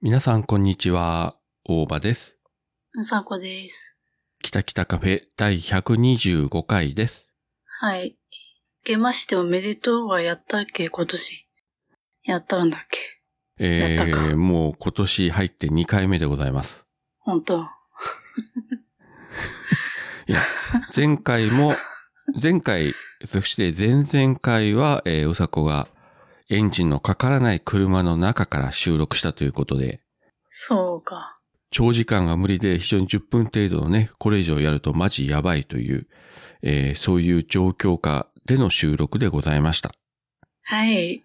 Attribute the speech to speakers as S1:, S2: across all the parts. S1: 皆さん、こんにちは。大場です。
S2: うさこです。
S1: 北北カフェ第125回です。
S2: はい。明けましておめでとうはやったっけ今年。やったんだっけ
S1: え
S2: やった
S1: ー、
S2: か
S1: もう今年入って2回目でございます。
S2: 本当
S1: いや、前回 も、前回、そして前々回は、えー、うさこがエンジンのかからない車の中から収録したということで、
S2: そうか。
S1: 長時間が無理で非常に10分程度のね、これ以上やるとマジやばいという、えーそういう状況下での収録でございました。
S2: はい。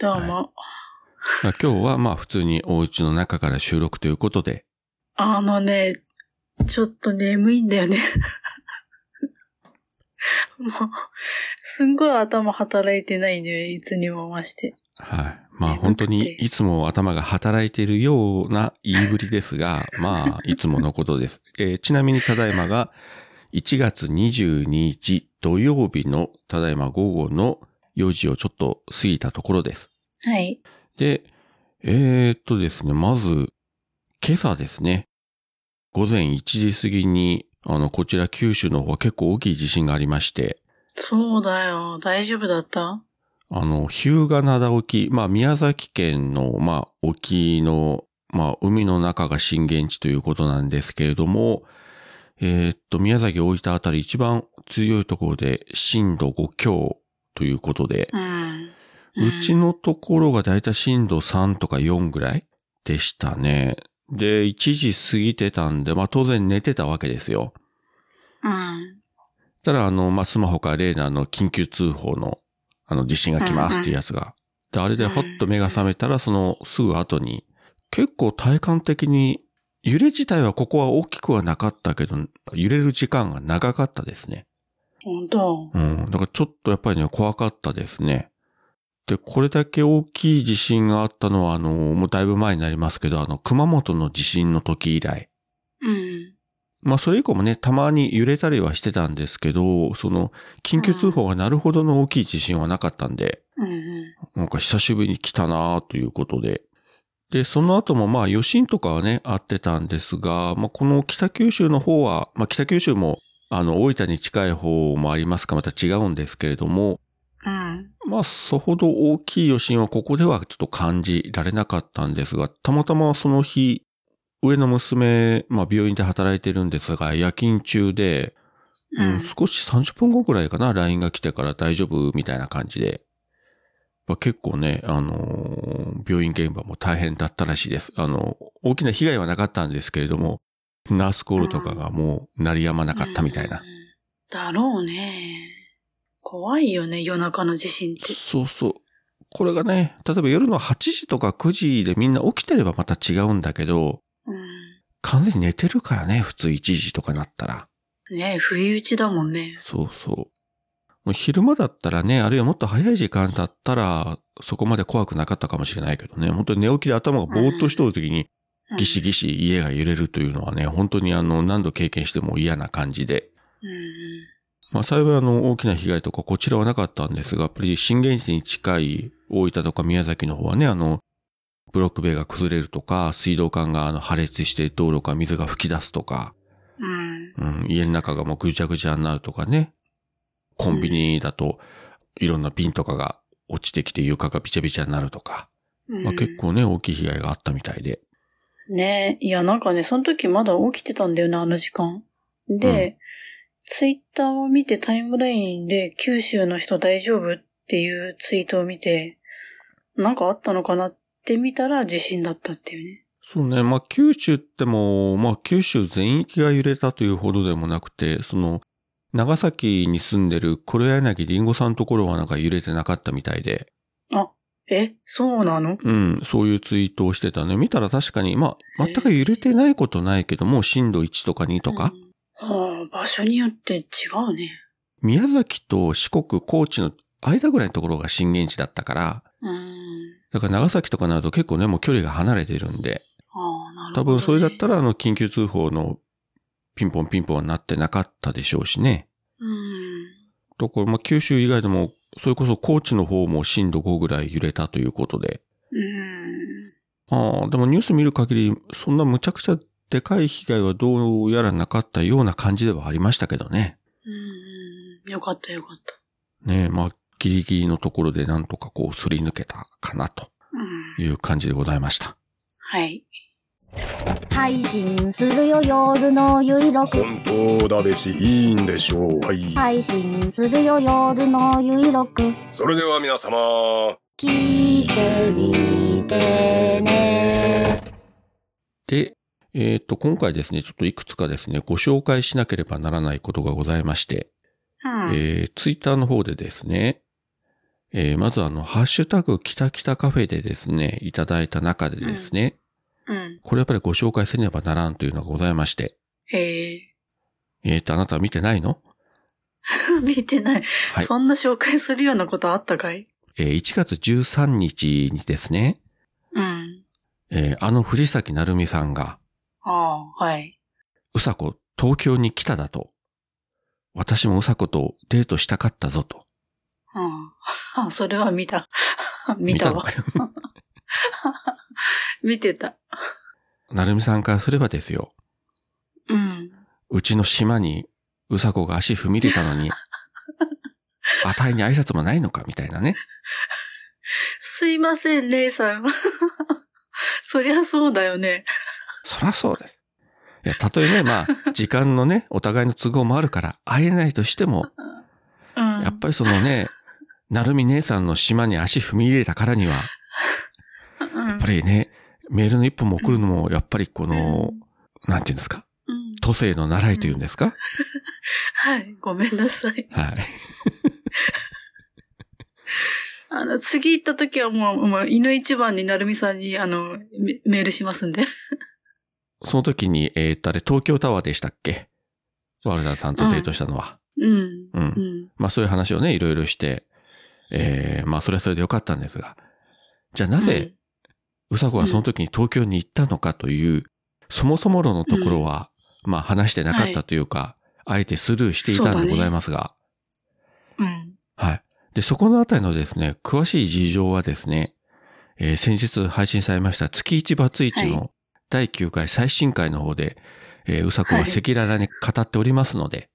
S2: どうも。
S1: まあ今日はまあ普通にお家の中から収録ということで、
S2: あのね、ちょっと眠いんだよね。 もう、すんごい頭働いてないんだよ。いつにもまして。
S1: はい。まあ
S2: 眠くて
S1: 本当にいつも頭が働いているような言いぶりですが、まあいつものことです。えーちなみにただいまが1月22日土曜日のただいま午後の4時をちょっと過ぎたところです。
S2: はい。
S1: で、えー、っとですね、まず、今朝ですね、午前1時過ぎに、あの、こちら九州の方は結構大きい地震がありまして、
S2: そうだよ。大丈夫だった
S1: あの、日向灘沖、まあ、宮崎県の、まあ、沖の、まあ、海の中が震源地ということなんですけれども、えーっと、宮崎置いたあたり一番強いところで震度5強ということで、
S2: うん。
S1: うち
S2: ん
S1: のところがだいたい震度3とか4ぐらいでしたね。で、1時過ぎてたんで、まあ当然寝てたわけですよ。
S2: うん。
S1: ただ、あの、まあスマホからレーダーの緊急通報の、あの、地震が来ますっていうやつが。で、あれでほっと目が覚めたら、そのすぐ後に、結構体感的に、揺れ自体はここは大きくはなかったけど、揺れる時間が長かったですね。
S2: 本当
S1: うん。だからちょっとやっぱりね、怖かったですね。で、これだけ大きい地震があったのは、あの、もうだいぶ前になりますけど、あの、熊本の地震の時以来。
S2: うん。
S1: まあ、それ以降もね、たまに揺れたりはしてたんですけど、その、緊急通報が鳴るほどの大きい地震はなかったんで、
S2: うんう
S1: なんか久しぶりに来たなということで。で、その後もまあ余震とかはね、あってたんですが、まあこの北九州の方は、まあ北九州も、あの、大分に近い方もありますか、また違うんですけれども、
S2: ん。うん。
S1: まあ、そほど大きい余震はここではちょっと感じられなかったんですが、たまたまその日、上の娘、まあ、病院で働いてるんですが、夜勤中で、
S2: う
S1: うん
S2: ん。
S1: 少し30分後くらいかな、LINE が来てから大丈夫みたいな感じで、まあ、結構ね、あのー病院現場も大変だったらしいです。あの、大きな被害はなかったんですけれども、ナースコールとかがもう鳴りやまなかったみたいな
S2: うん。。だろうね。怖いよね、夜中の地震って。
S1: そうそう。これがね、例えば夜の8時とか9時でみんな起きてればまた違うんだけど、
S2: うん。
S1: 完全に寝てるからね、普通1時とかなったら。
S2: ね不意打ちだもんね。
S1: そうそう。もう昼間だったらね、あるいはもっと早い時間だったら、そこまで怖くなかったかもしれないけどね、本当に寝起きで頭がぼーっとしとる時に、
S2: うん
S1: ギシギシ家が揺れるというのはね、本当にあの、何度経験しても嫌な感じで。
S2: うんうん。
S1: まあ幸いあの大きな被害とかこちらはなかったんですが、やっぱり震源地に近い大分とか宮崎の方はね、あの、ブロック塀が崩れるとか、水道管があの破裂して道路から水が噴き出すとか、
S2: うん。
S1: うん、家の中がもうぐちゃぐちゃになるとかね、コンビニだといろんな瓶とかが落ちてきて床がびちゃびちゃになるとか、
S2: うん
S1: まあ、結。構ね、大きい被害があったみたいで。
S2: ねいや、なんかね、その時まだ起きてたんだよな、あの時間。で、ツイッターを見てタイムラインで、九州の人大丈夫っていうツイートを見て、なんかあったのかなって見たら地震だったっていうね。
S1: そうね。まあ、九州っても、まあ、九州全域が揺れたというほどでもなくて、その、長崎に住んでる黒柳りんごさんのところはなんか揺れてなかったみたいで、
S2: え、そうなの
S1: うん、そういうツイートをしてたね。見たら確かに、まあ、全く揺れてないことないけども、震度1とか2とか、
S2: うん、ああ、場所によって違うね。
S1: 宮崎と四国、高知の間ぐらいのところが震源地だったから、
S2: うん。
S1: だから長崎とかになると結構ね、もう距離が離れてるんで、
S2: ああ、なる
S1: 多
S2: ほど、
S1: 分それだったらあの緊急通報のピンポンピンポンはなってなかったでしょうしね。
S2: うん。
S1: ところ、まあ、九州以外でも、それこそ高知の方も震度5ぐらい揺れたということで、
S2: うん。
S1: まあ、でもニュース見る限り、そんなむちゃくちゃでかい被害はどうやらなかったような感じではありましたけどね。
S2: うん。よかったよかった。
S1: ねえ、まあ、ギリギリのところでなんとかこうすり抜けたかなと
S2: うん。
S1: いう感じでございました。
S2: はい。
S3: 配信するよ夜のゆいろく
S4: 本当だべしいいんでしょうはい、
S3: 配信するよ夜のゆいろく
S4: それでは皆様
S3: 聞いてみてね
S1: で、えっ、と、今回ですね、ちょっといくつかですね、ご紹介しなければならないことがございまして、
S2: う
S1: え
S2: ん。
S1: ー、ツイッターの方でですね、えー、まずあの、ハッシュタグ、きたきたカフェでですね、いただいた中でですね、
S2: うん。
S1: これやっぱりご紹介せねばならんというのがございまして、
S2: へえ。
S1: えっ、と、あなたは見てないの
S2: 見てない。
S1: はい
S2: そんな紹介するようなことあったかい
S1: えー1月13日にですね、
S2: うん。
S1: えーあの藤崎成美さんが、
S2: ああ、はい。
S1: うさこ、東京に来ただと。私もうさことデートしたかったぞと。
S2: うん。あ それは見た。見た
S1: の
S2: わ。
S1: かよ。
S2: 見てた。
S1: 成美さんからすればですよ。
S2: うん。
S1: うちの島にうさこが足踏み入れたの に、あたいに挨拶もないのかみたいなね。
S2: すいません、レイさん。 そりゃそうだよね。
S1: そらそうです。いや、たとえね、ま あ、時間のね、お互いの都合もあるから会えないとしても、
S2: うん。
S1: やっぱりそのね、なるみ姉さんの島に足踏み入れたからには、
S2: うん、
S1: やっぱりね、メールの一本も送るのも、やっぱりこの、なんていうんですか、
S2: うん。
S1: 都政の習いというんですか、
S2: はい。ごめんなさい。
S1: はい。
S2: あの、次行った時はもう、もう、犬一番になるみさんに、あの、メメールしますんで。
S1: その時に、えー、誰、東京タワーでしたっけワルダーさんとデートしたのは。
S2: うん。
S1: うん。
S2: うん。
S1: まあそういう話をね、いろいろして、えー、まあそれはそれでよかったんですが、じゃあなぜ、うさこがその時に東京に行ったのかという、そもそも論のところは、まあ話してなかったというか、あえてスルーしていたんでございますが、
S2: うん。うん。
S1: はい。で、そこのあたりのですね、詳しい事情はですね、えー先日配信されました月一バツイチ
S2: は
S1: の第9回最新回の方で、えーうさこは
S2: はい
S1: 赤裸々に語っておりますので、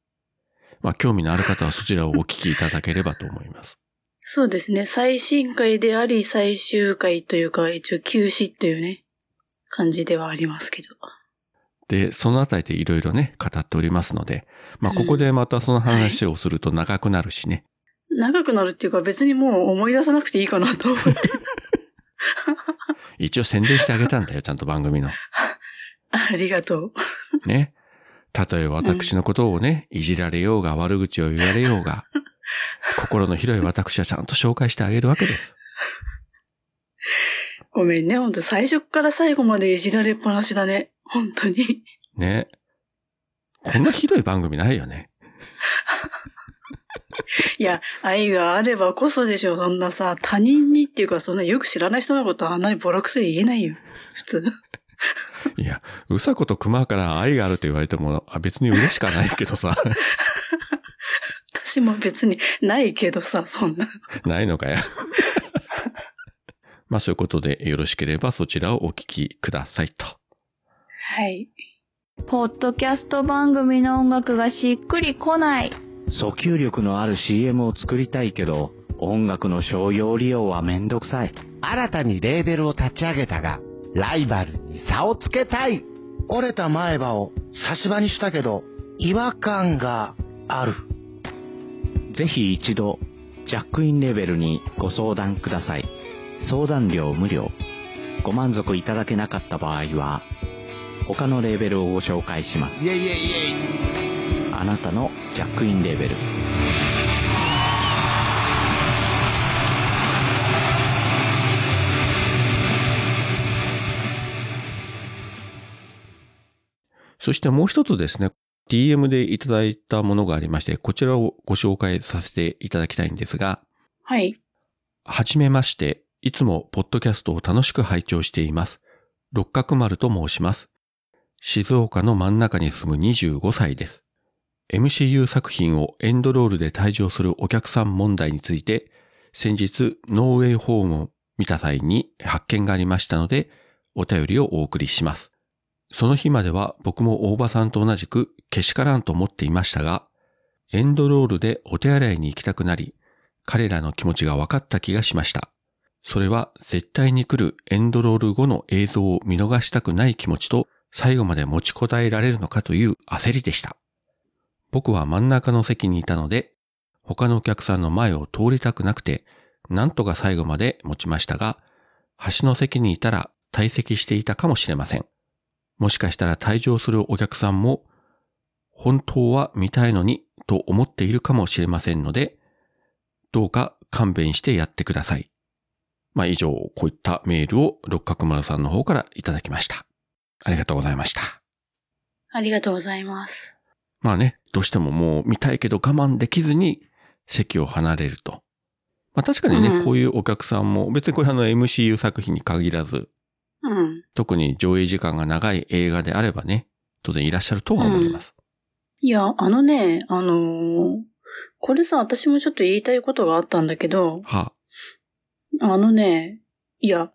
S1: まあ、興味のある方はそちらをお聞きいただければと思います。
S2: そうですね。最新回であり、最終回というか、一応休止というね、感じではありますけど。
S1: で、そのあたりでいろいろね、語っておりますので、まあ、
S2: うん
S1: ここでまたその話をすると長くなるしね。
S2: 長くなるっていうか、別にもう思い出さなくていいかなと思って。
S1: 一応宣伝してあげたん だよ、ちゃんと番組の。
S2: ありがとう。
S1: ね。たとえ私のことをね、いじられようが悪口を言われよう が、心の広い私はちゃんと紹介してあげるわけです。
S2: ごめんね、ほんと最初から最後までいじられっぱなしだね。本当に。
S1: ね。こんなひどい番組ないよね。
S2: いや、愛があればこそでしょ。そんなさ、他人にっていうか、そんなよく知らない人のことはあんなにボロクソに言えないよ。普通。
S1: いや、うさこと熊から愛があると言われても、あ別に嬉しかないけどさ、
S2: 私も別にないけどさ、そんな。
S1: ないのかよ。 まあそういうことで、よろしければそちらをお聞きくださいと。
S2: はい。
S5: ポッドキャスト番組の音楽がしっくりこない。
S6: 訴求力のある CM を作りたいけど音楽の商用利用はめんどくさい
S7: 新たにレーベルを立ち上げたが、ライバルに差をつけたい折れた前歯を差し歯にしたけど、違和感がある。
S6: ぜひ一度ジャックインレベルにご相談ください相談料無料ご満足いただけなかった場合は他のレーベルをご紹介します
S7: いえいえいえい
S6: あなたのジャックインレベル
S1: そしてもう一つですね、DM でいただいたものがありまして、こちらをご紹介させていただきたいんですが、
S2: はい。
S1: はじめまして。いつもポッドキャストを楽しく拝聴しています。六角丸と申します。静岡の真ん中に住む25歳です。MCU 作品をエンドロールで退場するお客さん問題について、先日ノーウェイホームを見た際に発見がありましたので、お便りをお送りします。その日までは僕も大場さんと同じくけしからんと思っていましたが、エンドロールでお手洗いに行きたくなり、彼らの気持ちが分かった気がしました。それは絶対に来るエンドロール後の映像を見逃したくない気持ちと最後まで持ちこたえられるのかという焦りでした。僕は真ん中の席にいたので、他のお客さんの前を通りたくなくて、なんとか最後まで持ちましたが、端の席にいたら退席していたかもしれません。もしかしたら退場するお客さんも、本当は見たいのにと思っているかもしれませんので、どうか勘弁してやってください。まあ以上、こういったメールを六角丸さんの方からいただきました。ありがとうございました。
S2: ありがとうございます。
S1: まあね、どうしてももう見たいけど我慢できずに席を離れると。まあ確かにね、
S2: うん
S1: こういうお客さんも、別にこれあの MCU 作品に限らず、
S2: うん。
S1: 特に上映時間が長い映画であればね、当然いらっしゃるとは思います。
S2: いや、あのね、あのーこれさ、私もちょっと言いたいことがあったんだけど、
S1: は
S2: あのね、いや、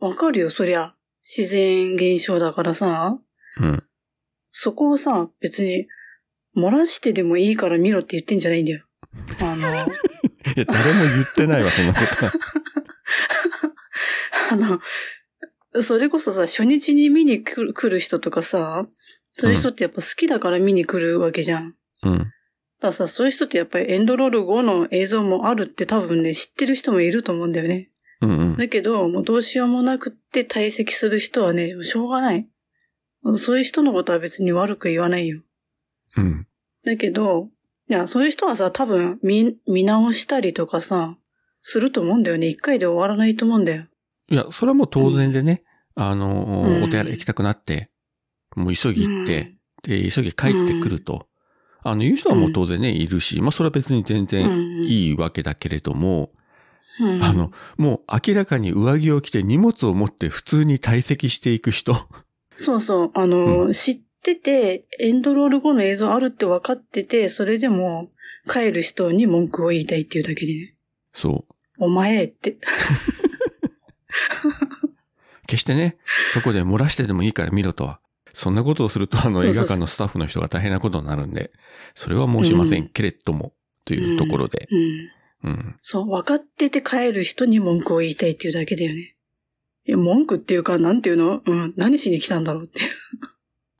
S2: わかるよ、そりゃ。自然現象だからさ、
S1: あ、 うん。
S2: そこをさ、別に、漏らしてでもいいから見ろって言ってんじゃないんだよ。あの、
S1: いや、誰も言ってないわ、そんなことは。
S2: あの、それこそさ、初日に見に来る来る人とかさ、そういう人ってやっぱ好きだから見に来るわけじゃん。だ
S1: うん。
S2: からさ、そういう人ってやっぱりエンドロール後の映像もあるって多分ね、知ってる人もいると思うんだよね。
S1: うんうん。
S2: だけど、もうどうしようもなくって退席する人はね、もうしょうがない。そういう人のことは別に悪く言わないよ。
S1: うん。
S2: だけど、いや、そういう人はさ、多分見、見直したりとかさ、すると思うんだよね。一回で終わらないと思うんだよ。
S1: いや、それはもう当然でね、あの、
S2: うん
S1: お手洗い行きたくなって、もう急ぎ行って、で、急ぎ帰ってくると。あの、言う人はもう当然ね、いるし、まあそれは別に全
S2: うん、
S1: 然いいわけだけれども、
S2: うん、うん
S1: あの、、もう明らかに上着を着て荷物を持って普通に退席していく人。
S2: そうそう。あの、
S1: う
S2: 知ってて、エンドロール後の映像あるって分かってて、それでも帰る人に文句を言いたいっていうだけでね。
S1: そう。
S2: お前って。
S1: 決してね、そこで漏らしてでもいいから見ろとは。そんなことをすると、あの
S2: そうそうそう
S1: 映画館のスタッフの人が大変なことになるんで、それは申しませんけれども、というところで。
S2: うん。
S1: うん。
S2: そう、分かってて帰る人に文句を言いたいっていうだけだよね。いや、文句っていうか、なんていうのうん、何しに来たんだろうって。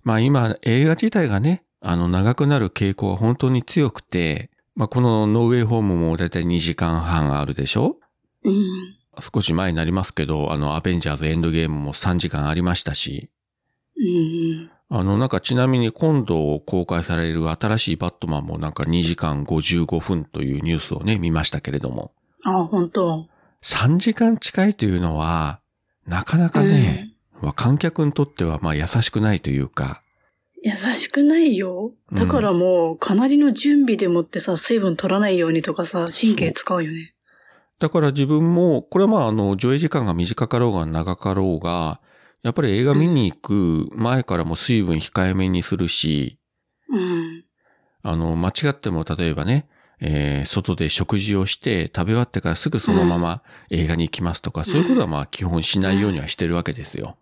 S1: まあ今、映画自体がね、あの、長くなる傾向が本当に強くて、まあこのノーウェイホームもだいたい2時間半あるでしょ
S2: うん。
S1: 少し前になりますけど、あの、アベンジャーズエンドゲームも3時間ありましたし、
S2: うん。
S1: あの、なんかちなみに今度公開される新しいバットマンもなんか2時間55分というニュースをね、見ましたけれども、
S2: あ、本当
S1: 3時間近いというのは、なかなかね、まあ観客にとってはまあ優しくないというか、
S2: 優しくないよ。
S1: うん
S2: だからもう、かなりの準備でもってさ、水分取らないようにとかさ、神経使うよね。
S1: だから自分も、これはまああの、上映時間が短かろうが長かろうが、やっぱり映画見に行く前からも水分控えめにするし、
S2: うん。
S1: あの、間違っても例えばね、えー外で食事をして食べ終わってからすぐそのまま映画に行きますとか、
S2: ん
S1: そういうことはまあ基本しないようにはしてるわけですよ。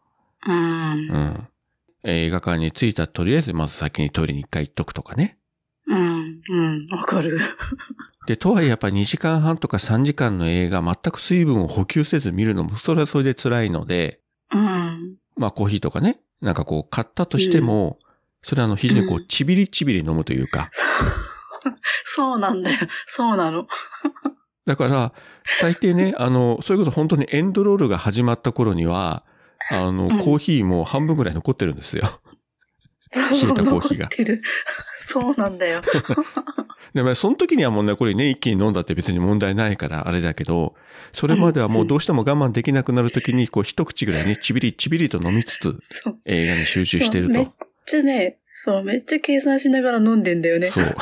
S2: うん
S1: う。ん。映画館に着いたらとりあえずまず先にトイレに一回行っとくとかね。
S2: うん、うん、わかる。
S1: で、とはいえやっぱ2時間半とか3時間の映画全く水分を補給せず見るのもそれはそれで辛いので、
S2: うん。
S1: まあコーヒーとかね、なんかこう買ったとしても、それはあの非常にこ
S2: う
S1: うちびりちびり飲むというか、
S2: そうなんだよ。そうなの。
S1: だから、大抵 ね、あの、それこそ本当にエンドロールが始まった頃には、あの、
S2: うん
S1: コーヒーも半分ぐらい残ってるんですよ。 冷えたコーヒーが
S2: 残ってる。そうなんだよ。
S1: でも、その時にはもうね、これね、一気に飲んだって別に問題ないからあれだけど、それまではもうどうしても我慢できなくなる時に、こう一口ぐらいね、ちびりちびりと飲みつつ、
S2: そう。
S1: 映画に集中してる
S2: そうめっ
S1: と。
S2: ちゃね、そう、めっちゃ計算しながら飲んでんだよね。
S1: そう。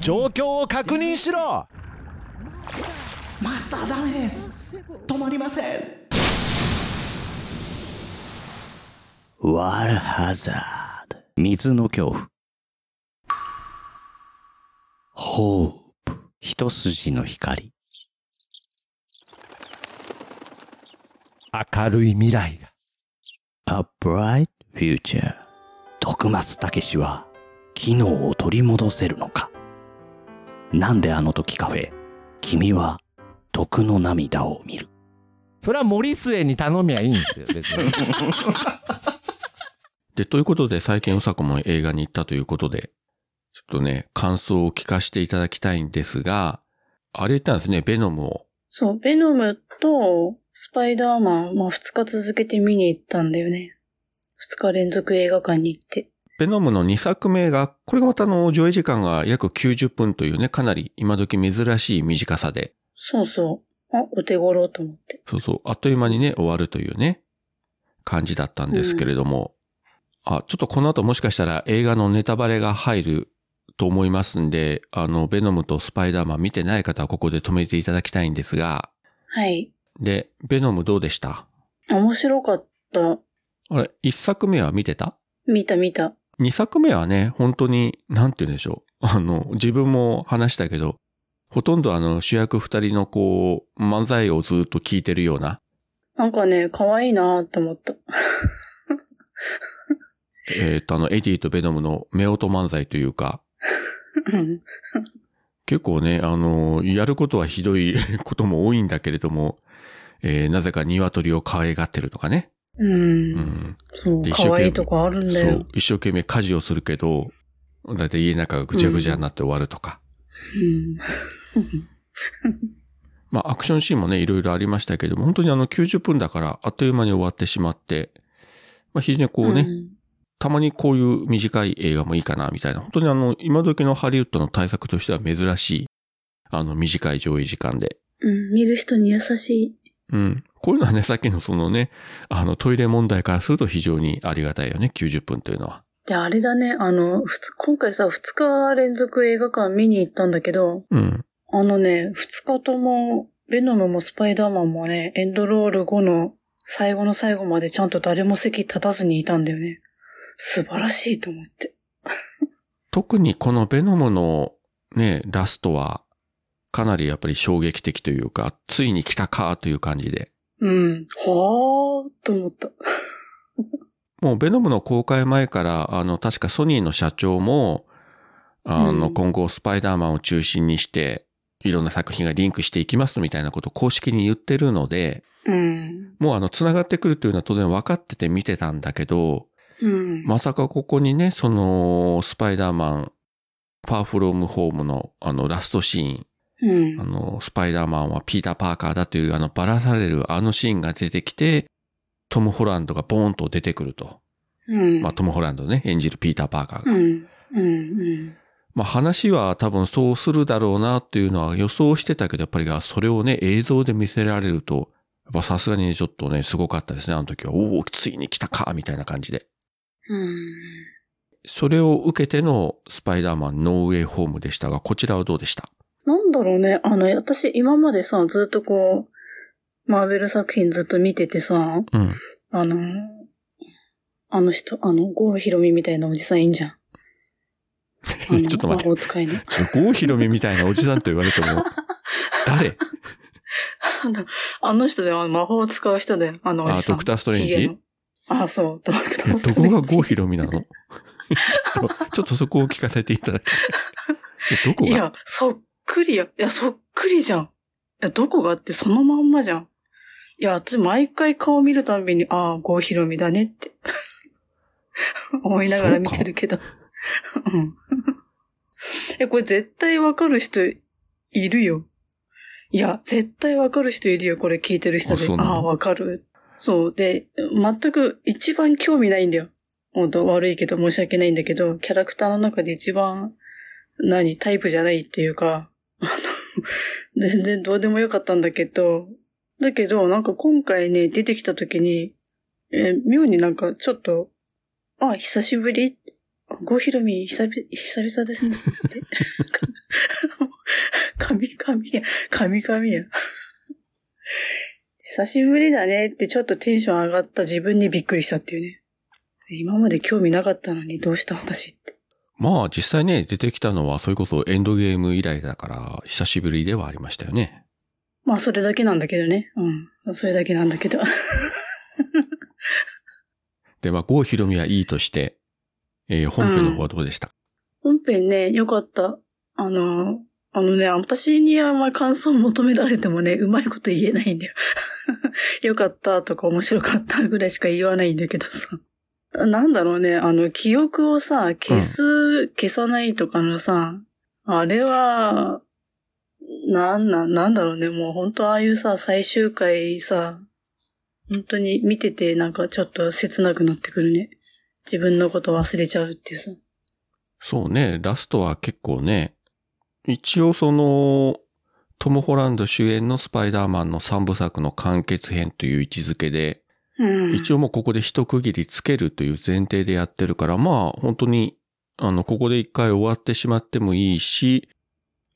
S8: 状況を確認しろ
S9: マスターダメです止まりません
S8: ワールハザード水の恐怖ホープ一筋の光
S7: 明るい未来が
S8: A Bright Future 徳松たけしは機能を取り戻せるのかなんであの時カフェ君は徳の涙を見る
S7: それは森末に頼みゃいいんですよ別に
S1: で、ということで、最近うさこも映画に行ったということで、ちょっとね、感想を聞かせていただきたいんですが、あれ言ったんですね、ベノムを。
S2: そう、ベノムとスパイダーマン、まあ2日続けて見に行ったんだよね。2日連続映画館に行って。
S1: ベノムの2作目が、これがまたあの、上映時間が約90分というね、かなり今時珍しい短さで、
S2: そうそう。あ、お手頃と思って。
S1: そうそう、あっという間にね、終わるというね、感じだったんですけれども、あ、ちょっとこの後もしかしたら映画のネタバレが入ると思いますんで、あの、ベノムとスパイダーマン見てない方はここで止めていただきたいんですが、
S2: はい。
S1: で、ベノムどうでした
S2: 面白かった。
S1: あれ、一作目は見てた
S2: 見た見た。
S1: 二作目はね、本当に、なんて言うんでしょう。あの、自分も話したけど、ほとんどあの、主役二人のこう、漫才をずっと聞いてるような、
S2: なんかね、可愛いなーって思った。
S1: えっ、と、あの、エディとベノムの夫婦漫才というか、
S2: うん
S1: 結構ね、あの、やることはひどい ことも多いんだけれども、えーなぜか鶏を可愛がってるとかね。
S2: うん。
S1: うん。
S2: そう、
S1: で一生懸命
S2: 可愛いとこあるん
S1: そ
S2: だよ
S1: う。。一生懸命家事をするけど、だいたい家の中がぐちゃぐちゃになって終わるとか。
S2: うん。
S1: まあ、アクションシーンもね、いろいろありましたけども、本当にあの90分だから、あっという間に終わってしまって、まあ、非常にこうね、
S2: うん
S1: たまにこういう短い映画もいいかな、みたいな。本当にあの、今時のハリウッドの対策としては珍しい、あの、短い上映時間で。
S2: うん、見る人に優し
S1: うん。こういうのはね、 さっきのそのね、あの、トイレ問題からすると非常にありがたいよね、90分というのは。
S2: い。で、あれだね、あの、ふつ、今回さ、二日連続映画館見に行ったんだけど、
S1: うん。
S2: あのね、二日とも、ベノムもスパイダーマンもね、エンドロール後の最後の最後までちゃんと誰も席立たずにいたんだよね。素晴らしいと思って。
S1: 特にこのベノムのね、ラストは、かなりやっぱり衝撃的というか、ついに来たかという感じで。
S2: うん。はーと思った。
S1: もうベノムの公開前から、あの、確かソニーの社長も、あの、
S2: うん
S1: 今後スパイダーマンを中心にして、いろんな作品がリンクしていきますみたいなことを公式に言ってるので、
S2: うん。
S1: もうあの、繋がってくるというのは当然分かってて見てたんだけど、
S2: うん。
S1: まさかここにね、その、スパイダーマン、パーフロームホームのあの、ラストシーン、
S2: うん
S1: あ。の、スパイダーマンはピーター・パーカーだというあの、ばらされるあのシーンが出てきて、トム・ホランドがボーンと出てくると。
S2: うん。
S1: まあ、トム・ホランドね、演じるピーター・パーカー
S2: う
S1: が。
S2: ん。うん。うん。
S1: まあ、話は多分そうするだろうなっていうのは予想してたけど、やっぱりがそれをね、映像で見せられると、やっぱさすがにちょっとね、すごかったですね、あの時は。おお、ついに来たかみたいな感じで。
S2: うん。
S1: それを受けてのスパイダーマンノーウェイホームでしたが、こちらはどうでした
S2: なんだろうね。あの、私今までさ、ずっとこう、マーベル作品ずっと見ててさ、
S1: うん。
S2: あの、あの人、あの、郷ひろみみたいなおじさんいいん じゃん。あの
S1: ちょっと待って
S2: 魔法使いの。
S1: ちょっと、郷ひろみみたいなおじさんと言われ ても、誰
S2: あのあの人で、あの魔法を使う人で、あのおじ
S1: あ、
S2: さん。
S1: ドクター・ストレン
S2: ヒゲ
S1: ジ
S2: のあ、そう、ドクタ
S1: えど
S2: ー
S1: こが郷ひろみ なのちょっと、ちょっとそこを聞かせていただきたい。えどこ
S2: い
S1: が
S2: や、そっくりや。いや、そっくりじゃん。いや、どこがってそのまんまじゃん。いや、私毎回顔見るたんびに、ああ、郷ひろみだねって。 思いながら見てるけど。うん。 え、これ絶対わかる人いるよ。いや、絶対わかる人いるよ、これ聞いてる人
S1: あ
S2: で
S1: そう。なの
S2: ああー、わかる。そう。で、全く一番興味ないんだよ。本当悪いけど申し訳ないんだけど、キャラクターの中で一番、何、タイプじゃないっていうか、 あの、全然どうでもよかったんだけど、だけど、なんか今回ね、出てきた時に、えー妙になんかちょっと、あ、久しぶり。あ郷ひろみ、久々、久々ですね。 って。神々や、神々や。久しぶりだねってちょっとテンション上がった自分にびっくりしたっていうね。今まで興味なかったのにどうした私って。
S1: まあ実際ね、出てきたのはそれこそエンドゲーム以来だから久しぶりではありましたよね。
S2: まあ、それだけなんだけどね。うん。それだけなんだけど。
S1: で、まあ、郷ひろみはいいとして、えー本編の方はどうでしたか、
S2: 本編ね、よかった。あの、あのね、私にあんまり感想求められてもね、うまいこと言えないんだよ。 よかったとか面白かったぐらいしか言わないんだけどさ。なんだろうね、あの、記憶をさ、消す、消さないとかのさ、あれは、なんなん、なんだろうね、もう本当ああいうさ、最終回さ、本当に見ててなんかちょっと切なくなってくるね。自分のこと忘れちゃうっていうさ。
S1: そうね、ラストは結構ね、一応その、トム・ホランド主演のスパイダーマンの三部作の完結編という位置づけで、
S2: うん。
S1: 一応もうここで一区切りつけるという前提でやってるから、まあ本当に、あの、ここで一回終わってしまってもいいし、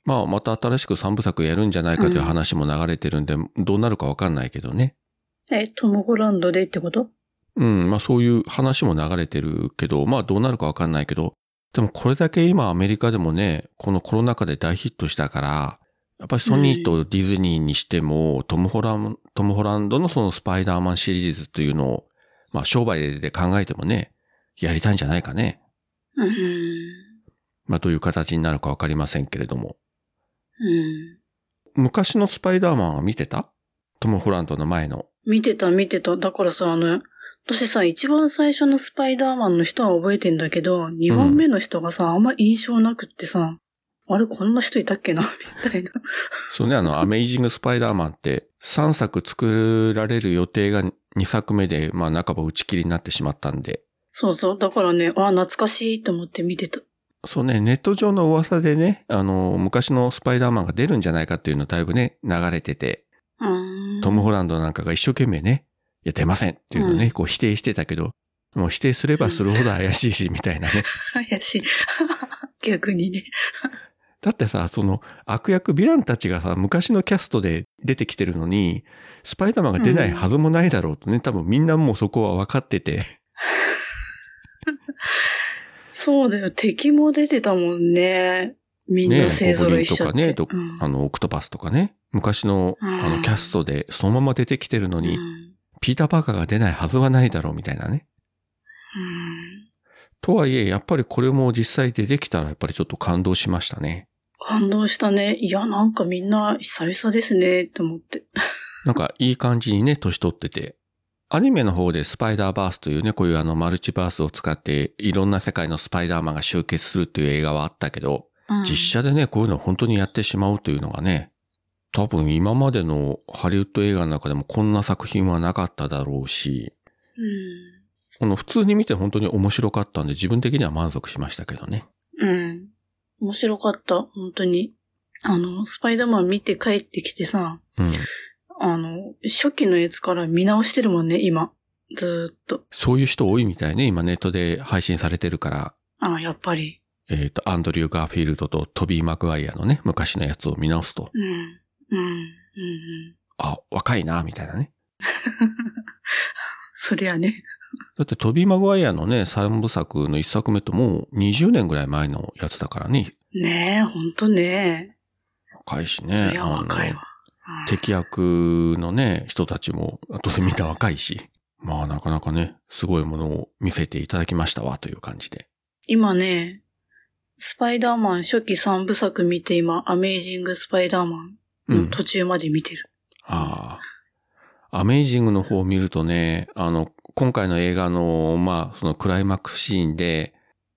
S1: まあまた新しく三部作やるんじゃないかという話も流れてるんで、どうなるかわかんないけどね。
S2: え、トム・ホランドでってこと
S1: うん、まあそういう話も流れてるけど、まあどうなるかわかんないけど、でもこれだけ今アメリカでもね、このコロナ禍で大ヒットしたから、やっぱりソニーとディズニーにしても、トム・ホラン、トム・ホランドのそのスパイダーマンシリーズというのを、まあ商売で考えてもね、やりたいんじゃないかね。
S2: うん。
S1: まあどういう形になるかわかりませんけれども。
S2: うん。
S1: 昔のスパイダーマンは見てたトム・ホランドの前の。
S2: 見てた見てた。だからさ、あの、私さ、一番最初のスパイダーマンの人は覚えてんだけど、二番目の人がさ、あんま印象なくってさ、あれ、こんな人いたっけな みたいな。
S1: そうね、あの、アメイジング・スパイダーマンって、3作作られる予定が2作目で、まあ、半ば打ち切りになってしまったんで。
S2: そうそう。だからね、あ、懐かしいと思って見てた。
S1: そうね、ネット上の噂でね、あの、昔のスパイダーマンが出るんじゃないかっていうのだいぶね、流れてて、
S2: うーん。
S1: トム・ホランドなんかが一生懸命ね、いや、出ませんっていうのをね、
S2: うん
S1: こう否定してたけど、もう否定すればするほど怪しいし、みたい なね。
S2: 怪しい。逆にね。
S1: だってさ、その悪役ヴィランたちがさ、昔のキャストで出てきてるのに、スパイダーマンが出ないはずもないだろうとね、多分みんなもうそこは分かってて、
S2: そうだよ。敵も出てたもんね。みん
S1: ね
S2: な勢
S1: ゴブ
S2: 揃
S1: リン
S2: いし
S1: と
S2: ちゃ
S1: か
S2: って。
S1: ね、ど
S2: うん
S1: あの、オクトパスとかね、昔の
S2: うん
S1: あのキャストでそのまま出てきてるのに、
S2: うん
S1: ピーター・パーカーが出ないはずはないだろうみたいなね。
S2: うん
S1: とはいえ、やっぱりこれも実際出てきたらやっぱりちょっと感動しましたね。
S2: 感動したね。いや、なんかみんな久々ですね、と思って。
S1: なんかいい感じにね、年取ってて。アニメの方でスパイダーバースというね、こういうあのマルチバースを使っていろんな世界のスパイダーマンが集結するという映画はあったけど、実写でね、こういうのを本当にやってしまうというのがね、多分今までのハリウッド映画の中でもこんな作品はなかっただろうし、
S2: う
S1: この普通に見て本当に面白かったんで自分的には満足しましたけどね。
S2: ん。うん。面白かった、本当に。あの、スパイダーマン見て帰ってきてさ、
S1: うん。
S2: あの、初期のやつから見直してるもんね、今。ずーっと。
S1: そういう人多いみたいね。今ネットで配信されてるから、
S2: あやっぱり。
S1: えっ、と、アンドリュー・ガーフィールドとトビー・マクワイアのね、昔のやつを見直すと、
S2: うん。うん。うん。うん。
S1: あ、若いな、みたいなね。
S2: そりゃね。
S1: だってトビー・マクワイアのね、三部作の一作目ともう20年ぐらい前のやつだからね。
S2: ねえ、ほんとね
S1: 若いし
S2: え。
S1: ね。
S2: いや、
S1: あの
S2: 若いわ。うん
S1: 敵役のね、人たちも、当然みんな若いし、まあなかなかね、すごいものを見せていただきましたわ、という感じで。
S2: 今ね、スパイダーマン初期3部作見て今、アメイジング・スパイダーマンの途中まで見てる。
S1: ああ。アメイジングの方を見るとね、あの、今回の映画の、まあ、そのクライマックスシーンで、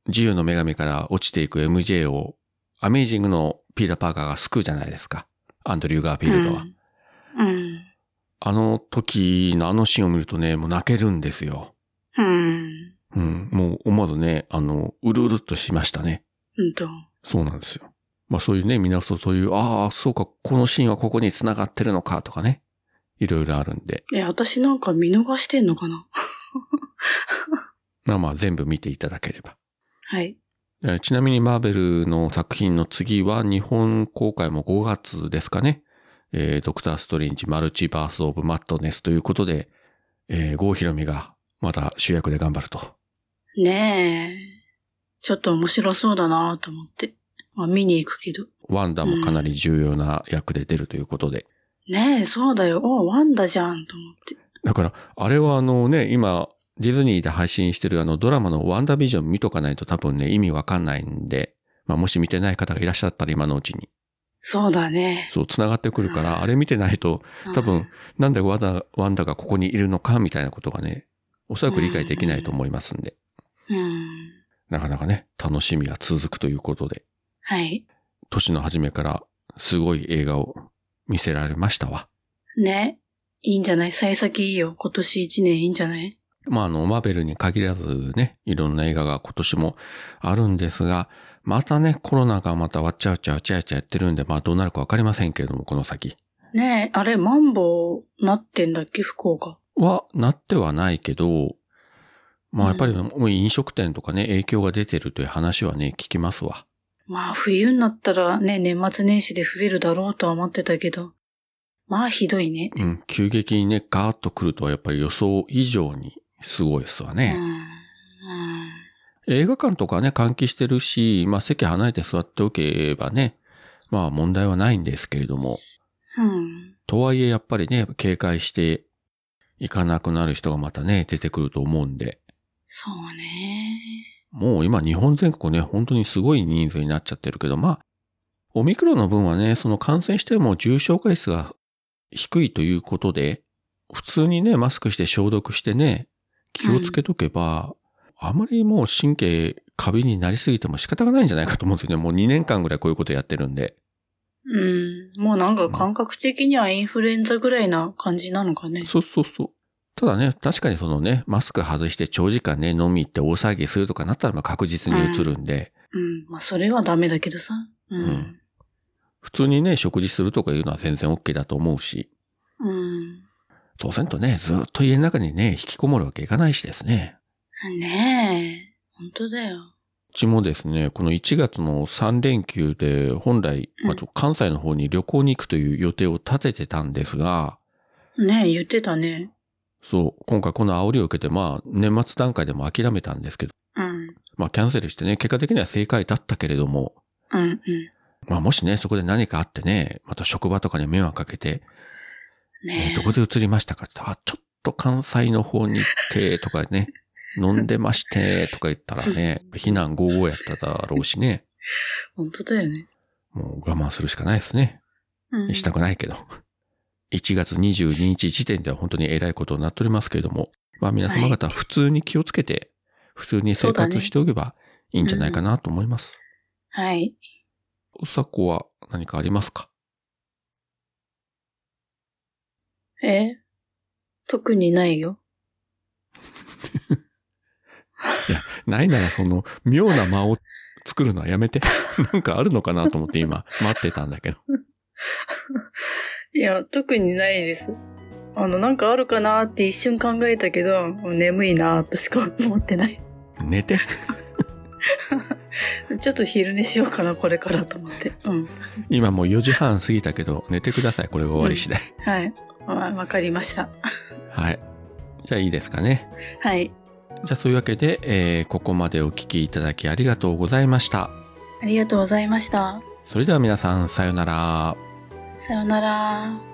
S1: 自由の女神から落ちていく MJ を、アメイジングのピーター・パーカーが救うじゃないですか。アンドリュー・ガーフィールドは。
S2: うん。
S1: あの時のあのシーンを見るとね、もう泣けるんですよ。
S2: うん。
S1: うん。もう思わずね、あの、うるうるっとしましたね。
S2: うんと。
S1: そうなんですよ。まあそういうね、見直すとそういう、ああ、そうか、このシーンはここに繋がってるのかとかね。いろいろあるんで。
S2: え、私なんか見逃してんのかな
S1: まあまあ全部見ていただければ。
S2: はい。
S1: えーちなみにマーベルの作品の次は日本公開も5月ですかね。えードクターストレンジマルチバースオブマットネスということで、えー、郷ひろみがまた主役で頑張ると。
S2: ねえ。ちょっと面白そうだなと思って。まあ見に行くけど。
S1: ワンダもかなり重要な役で出るということで、
S2: ねえ、そうだよ。おワンダじゃん、と思って。
S1: だから、あれはあのね、今、ディズニーで配信してるあのドラマのワンダービジョン見とかないと多分ね、意味わかんないんで、まあもし見てない方がいらっしゃったら今のうちに、
S2: そうだね。
S1: そう、繋がってくるから、あれ見てないと、多
S2: う
S1: 分
S2: ん、
S1: なんでワンダ、ワンダがここにいるのかみたいなことがね、おそらく理解できないと思いますんで、
S2: うん。
S1: なかなかね、楽しみが続くということで、
S2: はい。
S1: 年の初めからすごい映画を見せられましたわ。
S2: ね。いいんじゃない幸先いいよ。今年一年いいんじゃない
S1: まあ、あの、マーベルに限らずね、いろんな映画が今年もあるんですが、またね、コロナがまたわっちゃわっちゃわっちゃわっちゃやってるんで、まあどうなるかわかりませんけれども、この先
S2: ねえ、あれ、マンボウなってんだっけ福岡。
S1: はなってはないけど、まあやっぱりもう飲食店とかね、影響が出てるという話はね、聞きますわ。
S2: まあ、冬になったらね、年末年始で増えるだろうとは思ってたけど。まあ、ひどいね。
S1: うん、急激にね、ガーッと来るとはやっぱり予想以上にすごいですわ
S2: う
S1: ね。
S2: ん。
S1: 映画館とかね、換気してるし、まあ席離れて座っておけばね、まあ問題はないんですけれども、
S2: うん。うん。
S1: とはいえやっぱりね、警戒していかなくなる人がまたね、出てくると思うんで、
S2: そうね。
S1: もう今日本全国ね、本当にすごい人数になっちゃってるけど、まあ、オミクロンの分はね、その感染しても重症化率が低いということで、普通にね、マスクして消毒してね、気をつけとけば、あまりもう神経過敏になりすぎても仕方がないんじゃないかと思うんですよね。もう2年間ぐらいこういうことやってるんで。
S2: うん。もうなんか感覚的にはインフルエンザぐらいな感じなのかね。
S1: そうそうそう。ただね、確かにそのね、マスク外して長時間ね、飲み行って大騒ぎするとかなったらまあ確実に移るんで、
S2: うん。まあ、それはダメだけどさ。うん。
S1: 普通にね、食事するとかいうのは全然 OK だと思うし、
S2: うん。
S1: 当然とね、ずっと家の中にね、引きこもるわけいかないしですね。
S2: ねえ。本当だよ。
S1: うちもですね、この1月の3連休で、本来、
S2: うん
S1: まあ、ちょ関西の方に旅行に行くという予定を立ててたんですが、
S2: ねえ、言ってたね。
S1: そう、今回この煽りを受けて、まあ、年末段階でも諦めたんですけど、
S2: うん。
S1: まあ、キャンセルしてね、結果的には正解だったけれども、
S2: うんうん。
S1: まあ、もしね、そこで何かあってね、また職場とかに迷惑かけて、え
S2: ね
S1: ー
S2: え。
S1: どこで移りましたかって言ったら、あ、ちょっと関西の方に行って、とか ね、飲んでまして、とか言ったらね、避難55やっただろうしね、
S2: 本当だよね。
S1: もう我慢するしかないですね。
S2: うん。
S1: したくないけど。1月22日時点では本当に偉いことになっておりますけれども、まあ皆様方普通に気をつけて、普通に生
S2: そうだ
S1: 活
S2: ね
S1: しておけばいいんじゃないかなと思います。
S2: はい。
S1: うさこは何かありますか
S2: え特にないよ。
S1: ないならその妙な間を作るのはやめて。なんかあるのかなと思って今待ってたんだけど。
S2: いや、特にないです。あの、なんかあるかなって一瞬考えたけど、もう眠いなとしか思ってない。
S1: 寝て。
S2: ちょっと昼寝しようかな、これからと思って。うん。
S1: 今もう4時半過ぎたけど、寝てください。これが終わり次第。
S2: はい。わわかりました。
S1: はい。じゃあいいですかね。
S2: はい。
S1: じゃあそういうわけで、えーここまでお聞きいただきありがとうございました。
S2: ありがとうございました。
S1: それでは皆さん、さようなら。
S2: さようなら。